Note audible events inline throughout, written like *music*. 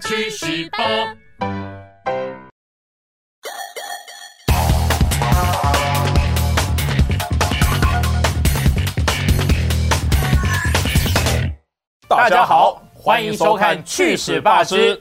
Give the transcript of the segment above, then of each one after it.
去洗吧。大家家好好，欢欢迎迎收收看看《 《去去史史霸霸之之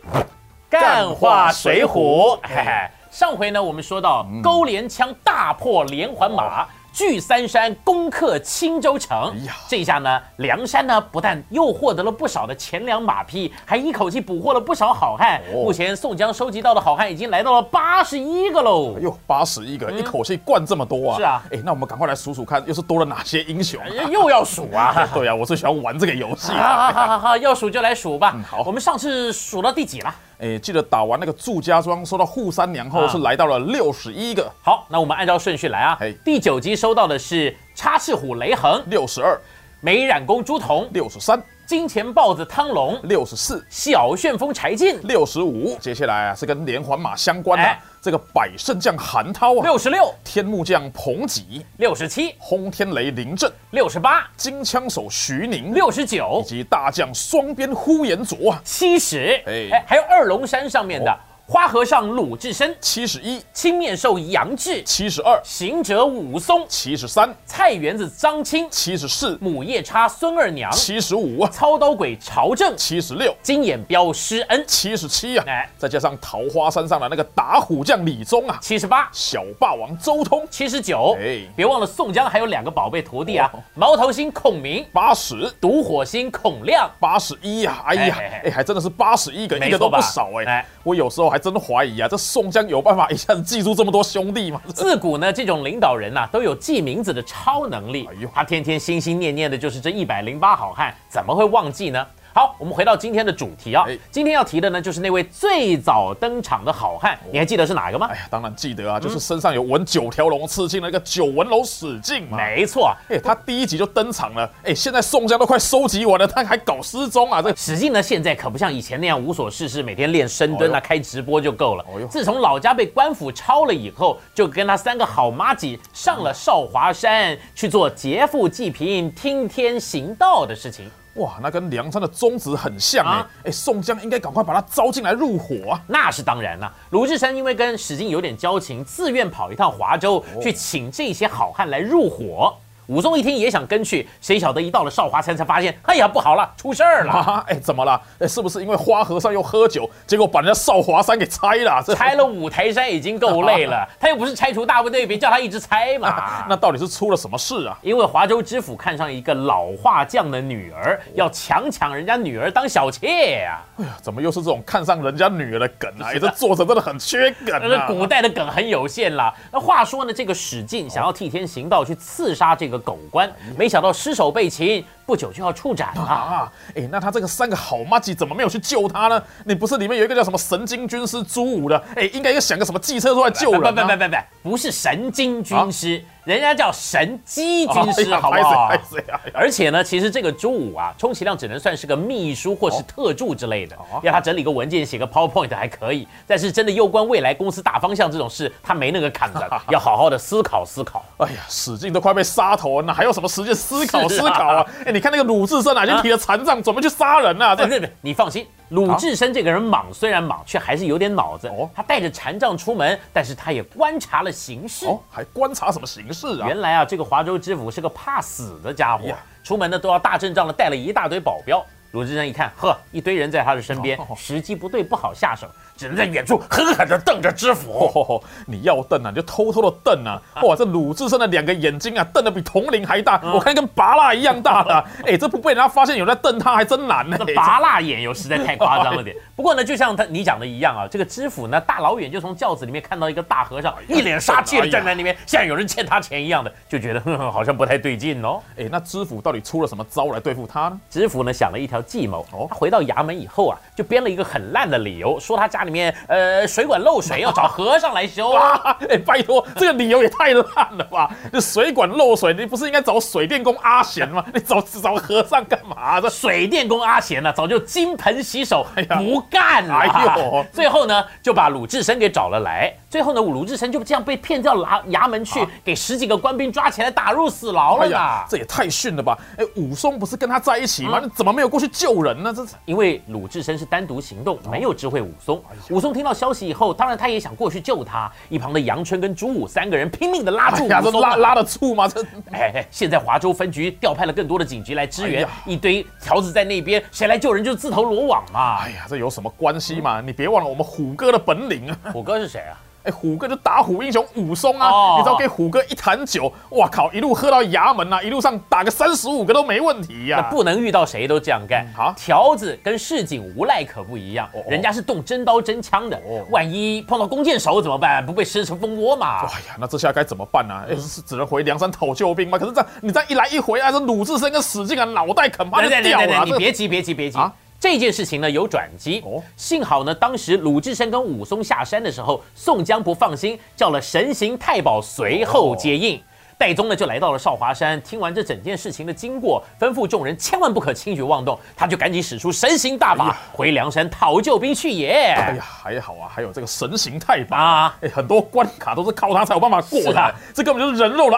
干化水浒》。嘿嘿，上回呢，我们说到勾连枪大破连环马，据三山攻克青州城。嗯哎呀这一下呢，梁山呢不但又获得了不少的钱粮马匹，还一口气捕获了不少好汉。哦目前宋江收集到的好汉已经来到了八十一个喽哎。呦，八十一个，一口气灌这么多啊！嗯是啊哎，那我们赶快来数数看，又是多了哪些英雄啊？哎又要数啊！对呀、我最喜欢玩这个游戏好好啊！嗯好好好，要数就来数吧。好我们上次数到第几了？哎，记得打完那个祝家庄，收到扈三娘后，啊是来到了六十一个、好，那我们按照顺序来啊嘿。第九集收到的是插翅虎雷横、六十二、美染公朱仝、六十三、金钱豹子汤龙、六十四、小旋风柴进、六十五。接下来啊，是跟连环马相关的、啊哎这个百胜将韩涛啊，六十六、天幕将彭吉、六十七、轰天雷林震、六十八、金枪手徐宁、六十九以、及大将双边呼延灼啊，七十，哎哎，还有二龙山上面的花和尚鲁智深、七十一、青面兽杨志、七十二、行者武松、七十三、菜园子张青、七十四、母夜叉孙二娘、七十五啊、操刀鬼曹正、七十六、金眼彪施恩、七十七啊哎，再加上桃花山上的那个打虎将李宗啊，七十八。小霸王周通七十九哎，别忘了宋江还有两个宝贝徒弟啊哦，毛头星孔明、八十。独火星孔亮。八十一呀，哎呀，哎哎哎，还真的是八十一个，没一个都错吧不少哎哎。我有时候还真怀疑啊，这宋江有办法一下子记住这么多兄弟 *laughs* 吗？自古呢，这种领导人呐、啊都有记名字的超能力哎呦。他天天心心念念的就是这一百零八好汉，怎么会忘记呢？好，我们回到今天的主题啊哎，今天要提的呢，就是那位最早登场的好汉，你还记得是哪个吗哎？呀，当然记得啊，嗯就是身上有纹九条龙刺青的那个九纹龙史进嘛。没错，啊哎，他第一集就登场了。哎，现在宋江都快收集完了，他还搞失踪啊！这史进呢，现在可不像以前那样无所事事，每天练深蹲哎啊，呦开直播就够了哎呦。自从老家被官府抄了以后，就跟他三个好妈几上了少华山去做劫富济贫、听天行道的事情。哇，那跟梁山的宗旨很像哎、啊哎、宋江应该赶快把他招进来入伙啊！那是当然了。鲁智深因为跟史进有点交情，自愿跑一趟华州，哦去请这些好汉来入伙。武松一听也想跟去，谁晓得一到了少华山才发现，哎呀不好了，出事儿哈、了，哈，哎、怎么了？哎、是不是因为花和尚又喝酒，结果把人家少华山给拆了啊？这 *laughs* 拆了五台山已经够累了，他又不是拆除大部队，别叫他一直拆嘛。 *laughs* 啊那到底是出了什么事啊？因为华州知府看上一个老画匠的女儿，要强抢人家女儿当小妾呀、哎呀，怎么又是这种看上人家女儿的 *laughs* 梗啊？哎、这作者真的很缺梗那个啊！古代的梗很有限啦。那话说呢，这个史进想要替天行道去刺杀这个狗官，没想到失手被擒，不久就要处斩了。啊，哎、那他这个三个好妈鸡怎么没有去救他呢？你不是里面有一个叫什么神经军师朱武的？哎、应该要想个什么计策出来救不人、不啊。不不不，不是神经军师，人家叫神机军 *laughs* 哎师，呀好 *laughs* 不好拍？谁拍谁啊？而且呢，其实这个朱武啊，充其量只能算是个秘书或是特助之类的，哦要他整理个文件、写个 PowerPoint 还可以。但是真的攸关未来公司大方向这种事，他没那个坎 *laughs* 子，要好好的思考思考。哎呀，史进都快被杀头了，哪还有什么时间思考是思啊考啊？哎、你看那个鲁智深啊，已经提了残障，准备去杀人啊？对这对对，你放心，鲁智深这个人莽，虽然莽，却还是有点脑子哦。他带着禅杖出门，但是他也观察了形势。哦，还观察什么形势啊？原来啊，这个华州知府是个怕死的家伙哎呀，出门呢都要大阵仗的，带了一大堆保镖。鲁智深一看，呵，一堆人在他的身边哦，时机不对，不好下手，只能在远处狠狠地瞪着知府。哦，你要瞪啊，你就偷偷的瞪啊！哇，这鲁智深的两个眼睛啊，瞪得比铜铃还嗯大，我看跟拔蜡一样大 *laughs* 了啊。哎、这不被人家发现有人在瞪他，还真难呢、那拔蜡眼油实在太夸张了 *laughs* 点。不过呢，就像他你讲的一样啊，这个知府呢，大老远就从轿子里面看到一个大和尚，一脸杀气哎的呀站在那边，像有人欠他钱一样的，就觉得哼哼好像不太对劲哦。哎、那知府到底出了什么招来对付他呢？知府呢想了一条计谋哦，他回到衙门以后啊，就编了一个很烂的理由，说他家里面呃水管漏水，要找和尚来修啊。哇， *laughs* 哎、拜托，这个理由也太烂了吧！这水管漏水，你不是应该找水电工阿贤吗？ *laughs* 你找找和尚干嘛？这水电工阿贤呢、早就金盆洗手，哎呀不干了。哎呦 *laughs* 最后呢，就把鲁智深给找了来。最后呢，鲁智深就这样被骗到衙衙门啊去，给十几个官兵抓起来打入死牢了呢。哎这也太逊了吧！哎，武松不是跟他在一起吗？你怎么没有过去去救人呢？这是因为鲁智深是单独行哦动，没有知会武松。哎武松听到消息以后，当然他也想过去救他。一旁的杨春跟朱武三个人拼命的拉住哎呀，武这松啊、拉拉得住吗？这哎哎，现在华州分局调派了更多的警局来支援，哎呀一堆条子在那边，谁来救人就自投罗网嘛。哎呀，这有什么关系嘛？你别忘了我们虎哥的本领啊！虎哥是谁啊？哎，虎哥就打虎英雄武松啊！哦你只要给虎哥一坛酒，哇靠，一路喝到衙门啊，一路上打个三十五个都没问题呀、嗯那不能遇到谁都这样干。好条子跟市井无赖可不一样哦，人家是动真刀真枪的哦，万一碰到弓箭手怎么办？不被吃成蜂窝嘛？哎呀，那这下该怎么办呢、嗯啊？哎，是只能回梁山讨救兵吗？可是这样你这样一来一回啊，这鲁智深跟史进啊，脑袋恐怕就对对掉对了啊、对，你别急别急别急啊。这件事情呢有转机哦幸好呢当时鲁智深跟武松下山的时候，宋江不放心，叫了神行太保随后接哦应。戴宗呢就来到了少华山，听完这整件事情的经过，吩咐众人千万不可轻举妄动，他就赶紧使出神行大哎法呀，回梁山讨救兵去也。哎呀，还好啊，还有这个神行太保啊啊，哎，很多关卡都是靠他才有办法过是的，啊这根本就是人肉的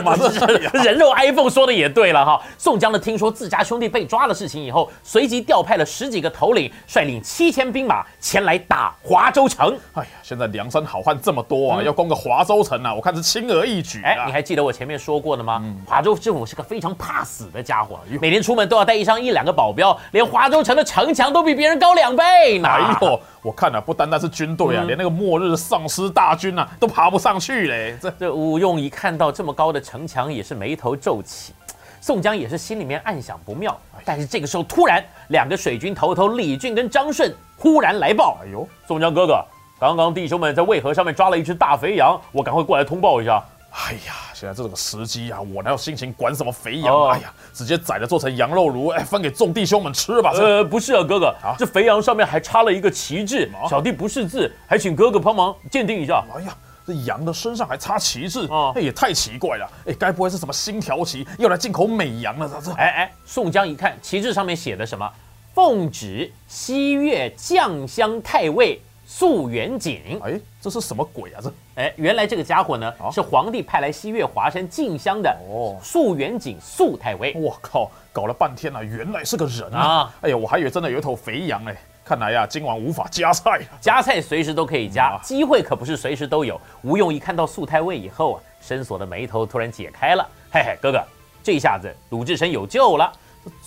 *laughs* 嘛，这 *laughs* 是。人肉 iPhone 说的也对了哈。宋江呢，听说自家兄弟被抓的事情以后，随即调派了十几个头领，率领七千兵马前来打华州城。哎呀，现在梁山好汉这么多啊，要攻个华州城啊，我看是轻而易举嗯哎，啊你。还记得我前面说过的吗？华州知府是个非常怕死的家伙呦，每天出门都要带一上一两个保镖，连华州城的城墙都比别人高两倍呢。哎呦，我看啊，不单单是军队啊，嗯连那个末日丧尸大军啊，都爬不上去嘞。这这吴用一看到这么高的城墙，也是眉头皱起。宋江也是心里面暗想不妙，但是这个时候突然，两个水军头头李俊跟张顺忽然来报，哎呦，宋江哥哥，刚刚弟兄们在渭河上面抓了一只大肥羊，我赶快过来通报一下。哎呀，现在这种时机啊，我哪有心情管什么肥羊？哦哎呀，直接宰了做成羊肉炉，哎，分给众弟兄们吃吧。这呃，不是啊，哥哥啊，这肥羊上面还插了一个旗帜么，小弟不识字，还请哥哥帮忙鉴定一下。哎呀，这羊的身上还插旗帜，哎哦那、也太奇怪了。哎，该不会是什么新调旗要来进口美羊了？这这哎哎，宋江一看旗帜上面写的什么“奉旨西岳将乡太尉宿元景哎，这是什么鬼啊？这”，哎，原来这个家伙呢啊是皇帝派来西岳华山进香的哦宿元景宿太尉。我靠，搞了半天了、原来是个人啊！啊哎呀，我还以为真的有一头肥羊哎，看来呀、今晚无法加菜啊了。加菜随时都可以嗯加啊，机会可不是随时都有。吴用一看到素太尉以后啊，深锁的眉头突然解开了。嘿嘿，哥哥，这下子鲁智深有救了。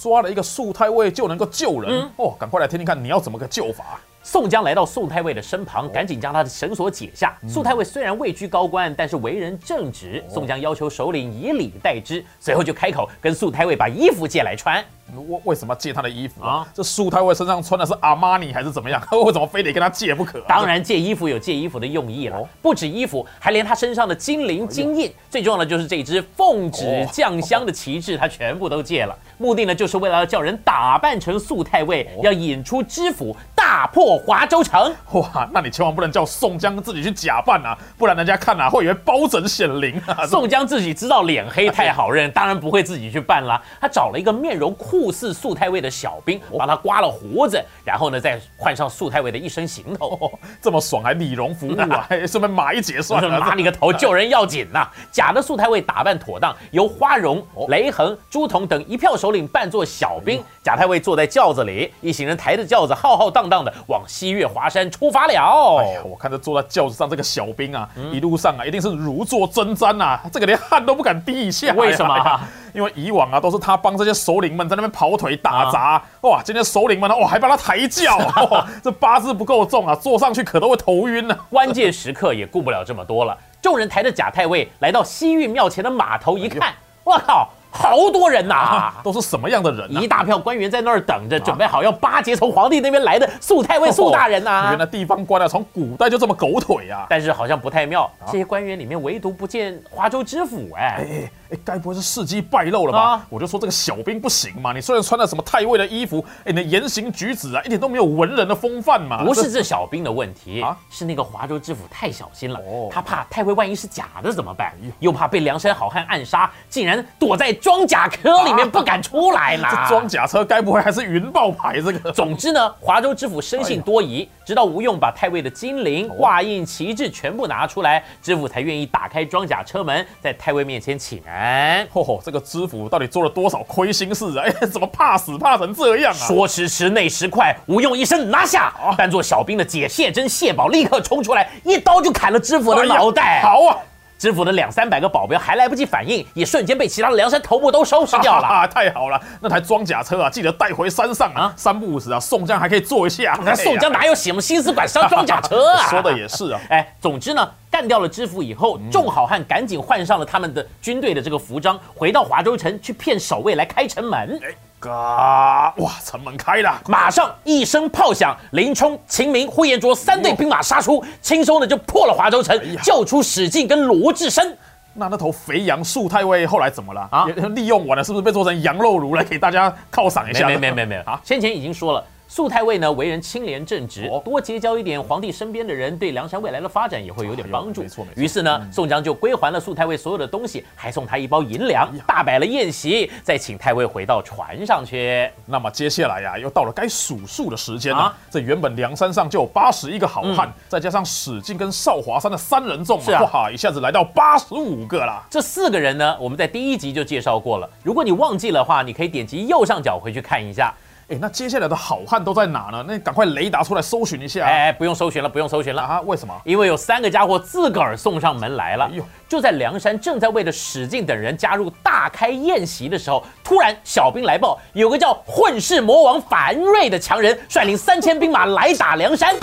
抓了一个素太尉就能够救人、嗯哦，赶快来听听看你要怎么个救法。啊宋江来到素太尉的身旁，赶紧将他的绳索解下。素太尉虽然位居高官，但是为人正直。宋江要求首领以礼待之，随后就开口跟素太尉把衣服借来穿。为为什么借他的衣服啊？啊这素太尉身上穿的是阿玛尼还是怎么样？ *laughs* 为什么非得跟他借不可、啊？当然，借衣服有借衣服的用意了哦，哎不止衣服，还连他身上的金鳞、金印，最重要的就是这只奉旨哦酱香的旗帜，他全部都借了。目的呢，就是为了要叫人打扮成素太尉，哦要引出知府，大破华州城。这 *laughs* 哇，那你千万不能叫宋江自己去假扮啊，不然人家看啊会以为包拯显灵啊。 *laughs* 这宋江自己知道脸黑太好认，当然不会自己去办啦。他找了一个面容酷似素太尉的小兵，哦帮他刮了胡子，然后呢，再换上素太尉的一身行头。哦，这么爽还理容服务啊？哎顺便马一姐 *laughs* 算了。妈你个头，救人要紧呐、假的素太尉打扮妥当，由花荣、哦雷横、朱仝等一票首领扮作小嗯兵，假太尉坐在轿子里，一行人抬着轿子浩浩荡荡的往西岳华山出发了。哎呀，我看这坐在轿子上这个小兵啊，嗯一路上啊一定是如坐针毡呐、这个连汗都不敢滴一下呀、 *laughs* 为什么哎呀 *laughs* 因为以往啊都是他帮这些首领们在那边跑腿打杂，啊哇，今天首领们呢，啊哇还帮他 *laughs* 抬轿、哦，这八字不够重啊，坐上去可都会头晕啊。关键时刻也顾不了这么多了。众人抬着假太尉来到西域庙前的码头哎一看，我靠，好多人呐、都是什么样的人啊？啊一大票官员在那儿等着，准备好要巴结从皇帝那边来的素太尉、素大人呐、哦原来地方官啊，从古代就这么狗腿啊！但是好像不太妙，这些官员里面唯独不见华州知府哎。哎哎，该不会是事迹败露了吧？啊我就说这个小兵不行嘛，你虽然穿了什么太尉的衣服，哎，你的言行举止啊，一点都没有文人的风范嘛。不是这小兵的问题啊，是那个华州知府太小心了哦，哎他怕太尉万一是假的怎么办呦？又怕被梁山好汉暗杀，竟然躲在装甲科里面不敢出来啦。 *laughs* 这装甲车该不会还是云豹牌这个？总之呢，华州知府生性多哎疑，直到吴用把太尉的金哦铃、挂印、旗帜全部拿出来，知府才愿意打开装甲车门，在太尉面前请安。嚯、哦吼，这个知府到底做了多少亏心事啊？ *laughs* 哎，怎么怕死怕成这样啊？说时迟，那时快，吴用一声拿下，哦扮作小兵的解谢真、谢宝立刻冲出来，一刀就砍了知哎府的脑袋。好 *laughs* 啊，知府的两三百个保镖还来不及反应，也瞬间被其他的梁山头目都收拾掉 *laughs* 了。啊！太好了，那台装甲车啊，记得带回山上啊啊，三不五时啊，宋江还可以坐一下。 *laughs* 那宋江哎呀哪有什么心思管上装甲车啊？ *laughs* 说的也嗯 *laughs* 是啊，哎，总之呢，干掉了知府以后，众好汉赶紧换上了他们的军队的这个服装，回到华州城去骗守卫来开城门。哎，嘎，哇，城门开了。马上一声炮响，林冲、秦明、呼延灼三队兵马杀出，轻松的就破了华州城哎呀，救出史进跟罗志深。那那头肥羊树太尉后来怎么了啊啊？也利用完了，是不是被做成羊肉炉了？给大家犒赏一没下。没没没没有啊先前已经说了。素太尉呢，为人清廉正直哦，多结交一点皇帝身边的人，对梁山未来的发展也会有点帮助。哎呦没错没错于是呢，宋江就归还了素太尉所有的东西，还送他一包银两，哎大摆了宴席，再请太尉回到船上去。那么接下来呀、又到了该数数的时间了、啊嗯这原本梁山上就有八十一个好汉，再加上史进跟邵华山的三人众、是啊哇，一下子来到八十五个啦。这四个人呢，我们在第一集就介绍过了。如果你忘记了的话，你可以点击右上角回去看一下。哎，那接下来的好汉都在哪呢？那赶快雷达出来搜寻一下。哎，不用搜寻了，不用搜寻了。啊，为什么？因为有三个家伙自个儿送上门来了哎呦。就在梁山正在为了史进等人加入大开宴席的时候，突然小兵来报，有个叫混世魔王樊瑞的强人率领三千兵马来打梁山。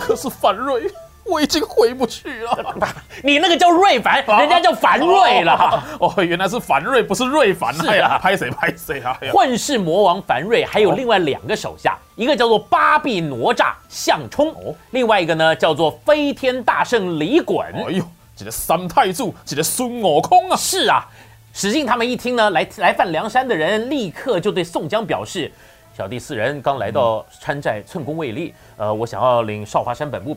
可是樊瑞，我已经回不去了。你那个叫瑞凡， *laughs* 人家叫樊瑞了。 *laughs* 哦，哦原来是樊瑞，不是瑞凡。是啊哎呀，拍谁拍谁啊！哎呀混世魔王樊瑞还有另外两个手下，一个叫做八臂哪吒项冲，哦另外一个呢叫做飞天大圣李衮。哎呦，一个三太子，一个孙悟空 *laughs* 啊！是啊，史进他们一听呢，来来犯梁山的人立刻就对宋江表示：“小弟四人刚来到川寨，寸功未立，嗯呃，我想要领少华山本部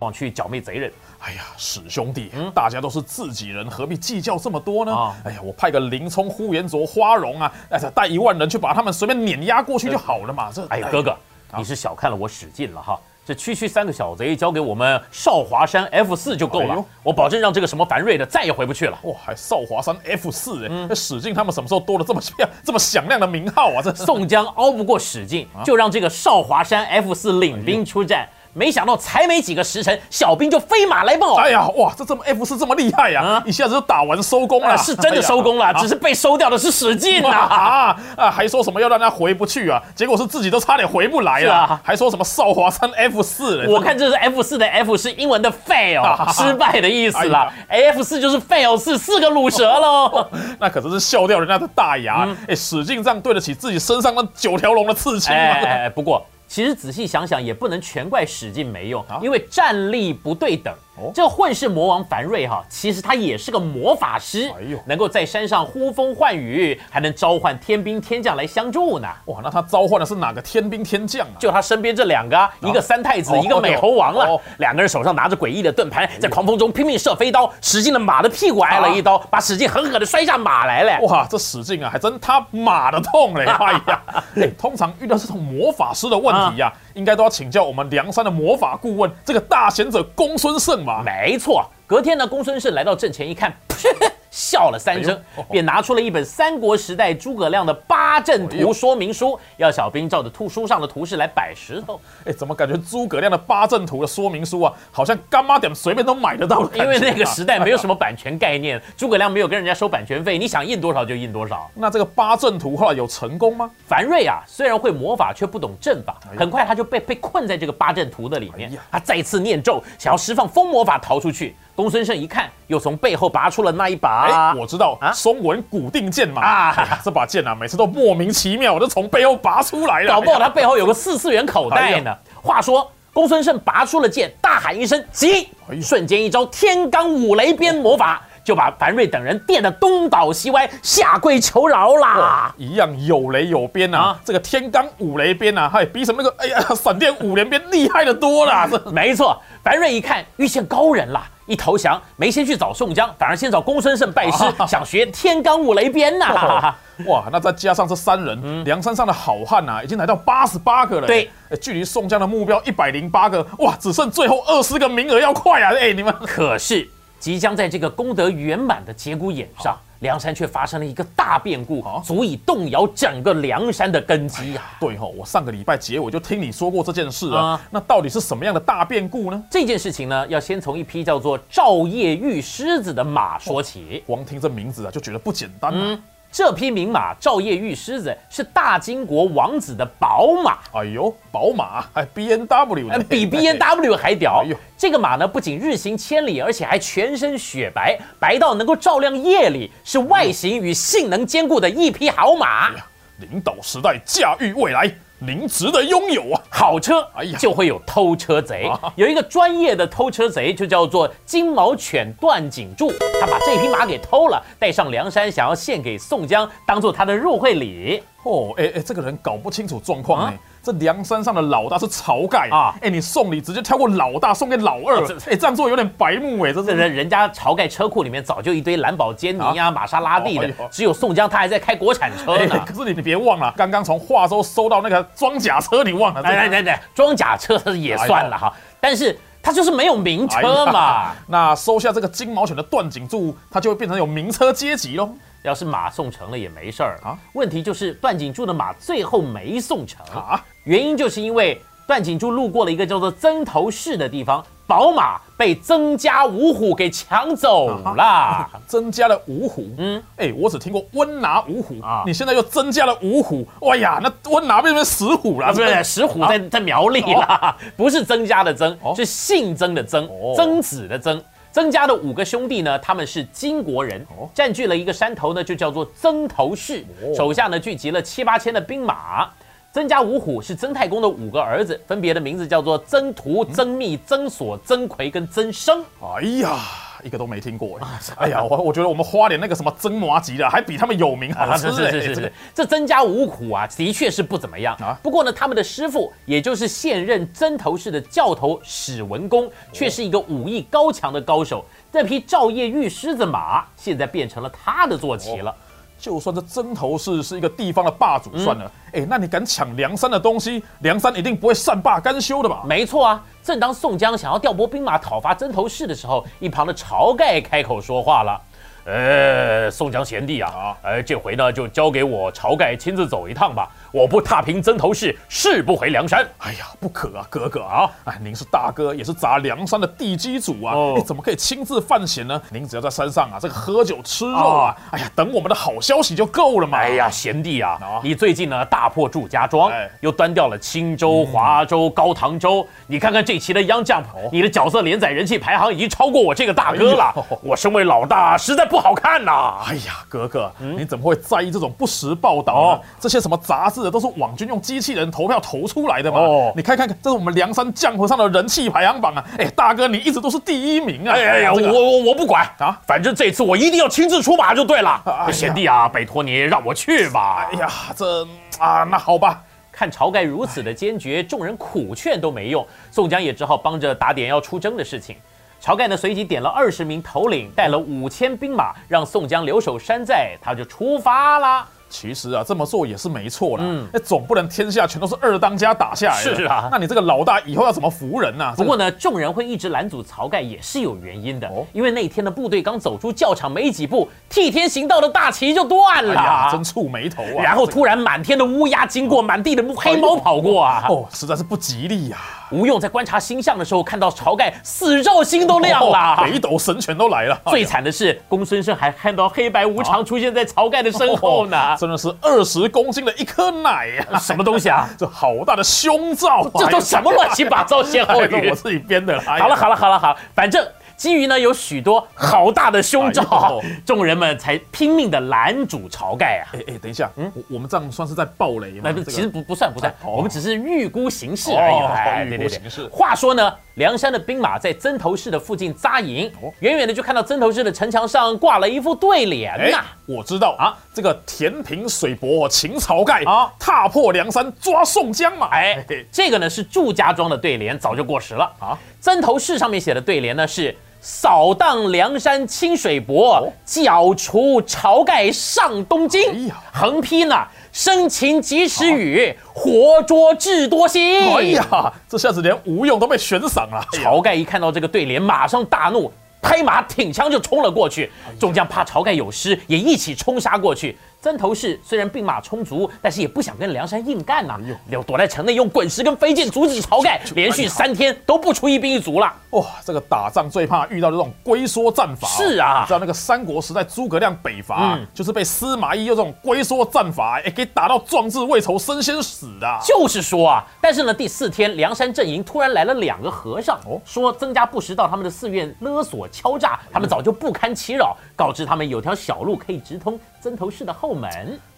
往去剿灭贼人。哎呀，史兄弟，大家都是自己人，何必计较这么多呢？啊哎呀，我派个林冲、呼延灼、花荣啊，哎，带一万人去把他们随便碾压过去就好了嘛。这，哎呀，哥哥，你是小看了我史进了哈。”这区区三个小贼交给我们少华山 F 四就够哎了，呦我保证让这个什么樊瑞的再也回不 *laughs* 去了。哇，还少华山 F 四哎，嗯那史进他们什么时候多了这么漂这么响亮的名号啊？这宋江熬不过史进，啊就让这个少华山 F 四领兵出哎战。没想到才没几个时辰，小兵就飞马来报。哎呀，哇，这这么 F 四这么厉害呀、啊一下子就打完收工了，啊，是真的收工了，只是被收掉的是史进啊呐。啊 *laughs* 啊！还说什么要让他回不去啊？结果是自己都差点回不来是了，啊还说什么少华山 F 四？ *laughs* 我看这是 F 四的 F 是英文的 fail，失败的意思啦。F 四就是 fail 四，四个卤蛇喽。 *laughs* 那可真是笑掉人家的大牙！哎、嗯史进这样对得起自己身上那九条龙的刺 *laughs* 青啊哎吗？哎哎，不过其实仔细想想，也不能全怪史进没用啊，因为战力不对等哦。这混世魔王樊瑞哈，其实他也是个魔法师哎呦，能够在山上呼风唤雨，还能召唤天兵天将来相助呢。 *laughs* 哇，那他召唤的是哪个天兵天将啊？就他身边这两个、啊，一个三太子，哦一个美猴王了哦。哎两个人手上拿着诡异的盾牌，在狂风中拼命射飞刀，史进的马的屁股挨了一刀，啊把史进狠狠的摔下马来了。哇，这史进啊，还真他妈的痛 *laughs* 嘞！哎呀，哎、通常遇到这种魔法师的问题啊呀、应该都要请教我们梁山的魔法顾问这个大贤者公孙胜嘛。没错，隔天呢，公孙胜来到阵前一看， *laughs* 笑了三声哎呦哦，便拿出了一本三国时代诸葛亮的八阵图说明书，要小兵照着图书上的图示来摆石头，哎，怎么感觉诸葛亮的八阵图的说明书啊，好像干妈点随便都买得到的感觉因啊、为那个时代没有什么版权概念，诸葛亮没有跟人家收版权费，你想印多少就印多少。那这个八阵图后来有成功吗？樊瑞啊，虽然会魔法，却不懂阵法哎，呀很快他就被被困在这个八阵图的里面哎呀。他再次念咒，想要释放风魔法逃出去。公孙胜一看，又从背后拔出了那一把哎，。我知道啊松文古定剑嘛，啊哎呀这把剑啊，每次都莫名其妙，我就从背后拔出来了。搞不好哎他呀背后有个四次元口袋哎呢。话说，公孙胜拔出了剑，大喊一声“急哎”，呦瞬间一招天罡五雷鞭魔法。就把樊瑞等人电得东倒西歪，下跪求饶啦。一样有雷有鞭呐、啊，啊这个天罡五雷鞭呐、啊，嗨，比什么那个哎呀闪电五连鞭厉害的多啦！这没错，樊瑞一看遇见高人啦，一投降，没先去找宋江，反而先找公孙胜拜师，想学天罡五雷鞭哦呐。哇，那再加上这三人，梁山上的好汉呐、啊，已经来到八十八个了。嗯对哎，距离宋江的目标一百零八个，哇，只剩最后二十个名额要快啊！哎，你们可是即将在这个功德圆满的节骨眼上，梁山却发生了一个大变故好，足以动摇整个梁山的根基啊呀、对吼、我上个礼拜结尾就听你说过这件事啊啊，那到底是什么样的大变故呢？这件事情呢，要先从一匹叫做照夜遇狮子的马说起。光听这名字啊，就觉得不简单、啊。嗯这匹名马照夜遇狮子是大金国王子的宝马，哎呦，宝马，哎，B N W 呢呃比 B N W 还屌哎呦。这个马呢，不仅日行千里，而且还全身雪白，白到能够照亮夜里，是外形与性能兼顾的一匹好马嗯哎。呀领导时代，驾驭未来，您值得拥有啊！好车哎呀，啊就会有偷车贼。有一个专业的偷车贼，就叫做金毛犬段景柱，他把这匹马给偷了，带上梁山，想要献给宋江，当做他的入会礼。哦，哎哎，这个人搞不清楚状况呢、啊这梁山上的老大是晁盖啊啊！哎，你送礼直接跳过老大送给老二哦这，哎，这样做有点白目哎，这这是人人家晁盖车库里面早就一堆兰博基尼啊、玛莎拉蒂的哦哎呦，只有宋江他还在开国产车哎，呢。可是你你别忘了，刚刚从化州收到那个装甲车，你忘了？来来来来，哎装甲车也算了哈，但是他就是没有名哎呀车嘛。 *laughs* 那收下这个金毛犬的段景柱，他就会变成有名车阶级喽。 *laughs* 要是马送成了也没事儿啊啊。问题就是段景柱的马最后没送成啊原因就是因为段景柱路过了一个叫做曾头市的地方，宝马被曾家五虎给抢走啊了。增加了五虎，嗯，哎，我只听过温拿五虎啊啊，你现在又增加了五虎，哎呀，那温拿变成石虎了，啊，不是石虎在在苗栗啦， *laughs* 不是曾家的曾，哦是姓曾的曾哦，曾子的曾。曾家的五个兄弟呢，他们是金国人哦，占据了一个山头呢，就叫做曾头市，哦手下呢聚集了七八千的兵马。曾家五虎是曾太公的五个儿子，分别的名字叫做曾图、嗯曾密、曾索、曾奎跟曾生。哎呀，一个都没听过哎！啊哎呀，我我觉得我们花莲那个什么蒸麻吉的，还比他们有名好啊，吃是是哎！是是这个是，这曾家五虎啊，的确是不怎么样啊不过呢，他们的师傅，也就是现任曾头市的教头史文哦恭，却是一个武艺高强的高手。这匹照夜遇狮子马，现在变成了他的坐骑了。就算这曾头市是一个地方的霸主算了，嗯哎，那你敢抢梁山的东西，梁山一定不会善罢甘休的吧？没错啊，正当宋江想要调拨兵马讨伐曾头市的时候，一旁的晁盖开口说话了。呃，宋江贤弟啊啊，呃，这回呢就交给我晁盖亲自走一趟吧，我不踏平曾头市，誓不回梁山。哎呀，不可啊，哥哥啊！哎，您是大哥，也是砸梁山的地基主啊，哦你怎么可以亲自犯险呢？您只要在山上啊，这个喝酒吃肉啊，哎呀，等我们的好消息就够了嘛！哦哎呀，，贤弟啊，啊你最近呢大破祝家庄哎，嗯又端掉了青州、华州、高唐州。你看看这期的 Young Jump，你的角色连载人气排行已经超过我这个大哥了哦哎呦。我身为老大，实在不好看呐。哎呀，哥哥，你怎么会在意这种不实报道呢？嗯哦这些什么杂志都是网军用机器人投票投出来的嘛？哦你看看，这是我们梁山江湖上的人气排行榜啊！哎，大哥，你一直都是第一名啊！哎呀呀，我这个我我不管啊啊，反正这次我一定要亲自出马就对哎了。呀贤弟啊，拜托你让我去吧。哎呀，这啊，那好吧，看晁盖如此的坚决，众人苦劝都没用，宋江也只好帮着打点要出征的事情。晁盖呢，随即点了二十名头领，带了五千兵马，让宋江留守山寨，他就出发啦。其实啊，这么做也是没错啦。那、总不能天下全都是二当家打下来的。嗯是啊那你这个老大以后要怎么服人呢、啊？不过呢，众人会一直拦阻晁盖也是有原因的，哦因为那天的部队刚走出教场没几步，替天行道的大旗就断这了，个，哎呀，真触眉头啊！然后这突然满天的乌鸦经过，满地的黑猫跑过啊。哦个哦，实在是不吉利呀、吴用在观察星象的时候，看到晁盖死肉心都亮了，哦北斗神拳都来了。 *laughs* 最惨的是，公孙胜还看到黑白无啊常出现在晁盖的身后呢。哦真的是二十公斤的一颗奶呀、什么东西啊？ *laughs* 这好大的胸罩、啊， *laughs* 这都什么乱七八糟歇后 *laughs* 哎这语我？自己编的啦。哎呀好了好了好了好，反正基于呢有许多好大的胸罩哎呦，众人们才拼命的拦阻晁盖啊。哎哎，等一下，嗯，我们这样算是在暴雷吗？那不这个其实不不算不算，哦我们只是预估形势而已哦啦。哎预对估对对形势话说呢，梁山的兵马在曾头市的附近扎营，哦远远的就看到曾头市的城墙上挂了一副对联哎呐、，我知道啊，这个填平水泊，擒晁盖啊啊，踏破梁山抓宋江嘛。哎哎，嘿，这个呢是祝家庄的对联，早就过时了啊啊。曾头市上面写的对联呢是“扫荡梁山清水泊，剿除晁盖上东哦哎京呀”。啊横批呢“生擒及时雨，活捉智多星”。哎呀，这下子连吴用都被悬赏了。哎呀晁盖一看到这个对联，马上大怒，拍马挺枪就冲了过去。哎众将怕晁盖有失，也一起冲杀过去。曾头市虽然兵马充足，但是也不想跟梁山硬干呐、哎就躲在城内用滚石跟飞剑阻止晁盖，连续三天都不出一兵一卒了。哇，这个打仗最怕遇到这种龟缩战法哦。是啊你知道那个三国时代诸葛亮北伐啊嗯，就是被司马懿用这种龟缩战法，哎，给打到壮志未酬身先死啊。就是说啊，但是呢，第四天梁山阵营突然来了两个和尚，哦说曾家不识到他们的寺院勒索敲诈，他们早就不堪其扰，告知他们有条小路可以直通曾头市的后门。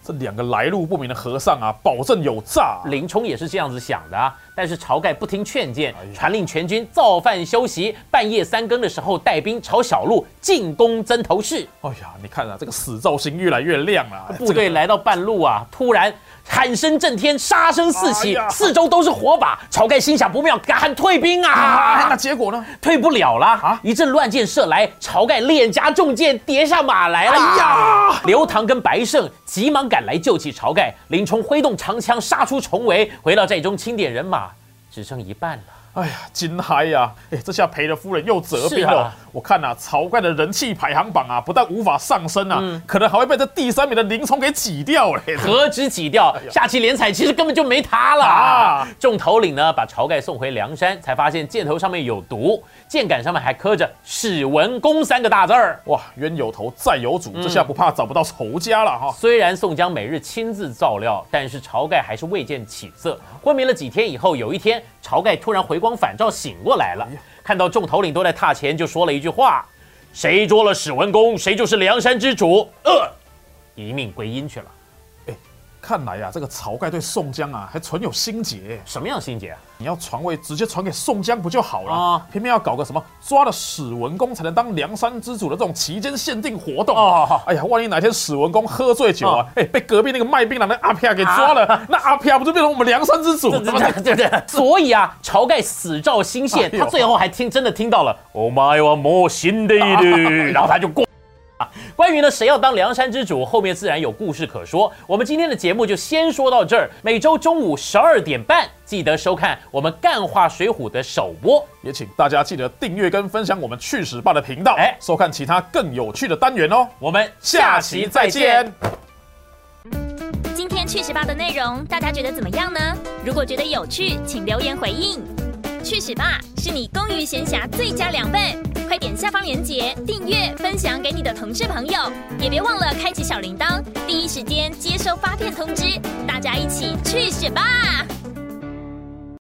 这两个来路不明的和尚啊，保证有诈啊。林冲也是这样子想的啊，但是晁盖不听劝谏，哎传令全军造饭休息。半夜三更的时候，带兵朝小路进攻曾头市。哎呀，你看啊，这个死造型越来越亮了。哎部队来到半路啊，突然喊声震天，杀声四起哎，呀四周都是火把。晁盖心想不妙，赶喊退兵啊， *laughs* 那啊！结果呢？退不了啦！啊一阵乱箭射来，晁盖脸颊中箭，跌下马来了。哎呀！刘唐跟白胜急忙赶来救起晁盖，林冲挥动长枪杀出重围，回到寨中清点人马，只剩一半了。哎呀，金嗨呀、哎，这下裴的夫人又折兵是了。啊我看呐、啊，晁盖的人气排行榜啊，不但无法上升啊，嗯可能还会被这第三名的林冲给挤掉嘞。何止挤掉，下期连彩其实根本就没他了啊哎啊！众头领呢，把晁盖送回梁山，才发现箭头上面有毒，箭杆上面还刻着“史文恭”三个大字儿。哇，冤有头债有主，这下不怕找不到仇家了哈。虽然宋江每日亲自照料，但是晁盖还是未见起色。昏迷了几天以后，有一天，晁盖突然回光返照，醒过来了，看到众头领都在榻前，就说了一句话：“谁捉了史文恭，谁就是梁山之主。”呃，一命归阴去了。看来呀、啊，这个晁盖对宋江啊，还存有心结。什么样心结啊？你要传位，直接传给宋江不就好了？啊偏偏要搞个什么抓了史文恭才能当梁山之主的这种期间限定活动。哦哎呀，万一哪天史文恭喝醉酒哦，啊啊哎、被隔壁那个卖槟榔的阿飘给抓了，那阿飘不就变 *laughs* 成我们梁山 *laughs* 之主？怎么对对对，所以啊，晁盖死照新线，哎呦他最后还听真的听到了“お前はもう死んでいる”，然后他就过。关于呢，谁要当梁山之主，后面自然有故事可说。我们今天的节目就先说到这儿。每周中午十二点半，记得收看我们《干话水浒》的首播。也请大家记得订阅跟分享我们去史霸的频道，哎收看其他更有趣的单元哦。我们下期再见。。今天去十八的内容大家觉得怎么样呢？如果觉得有趣，请留言回应。去十八是你公余闲暇最佳良伴，快点下方链接订阅、分享给你的同事朋友，也别忘了开启小铃铛，第一时间接收发片通知。大家一起去十八！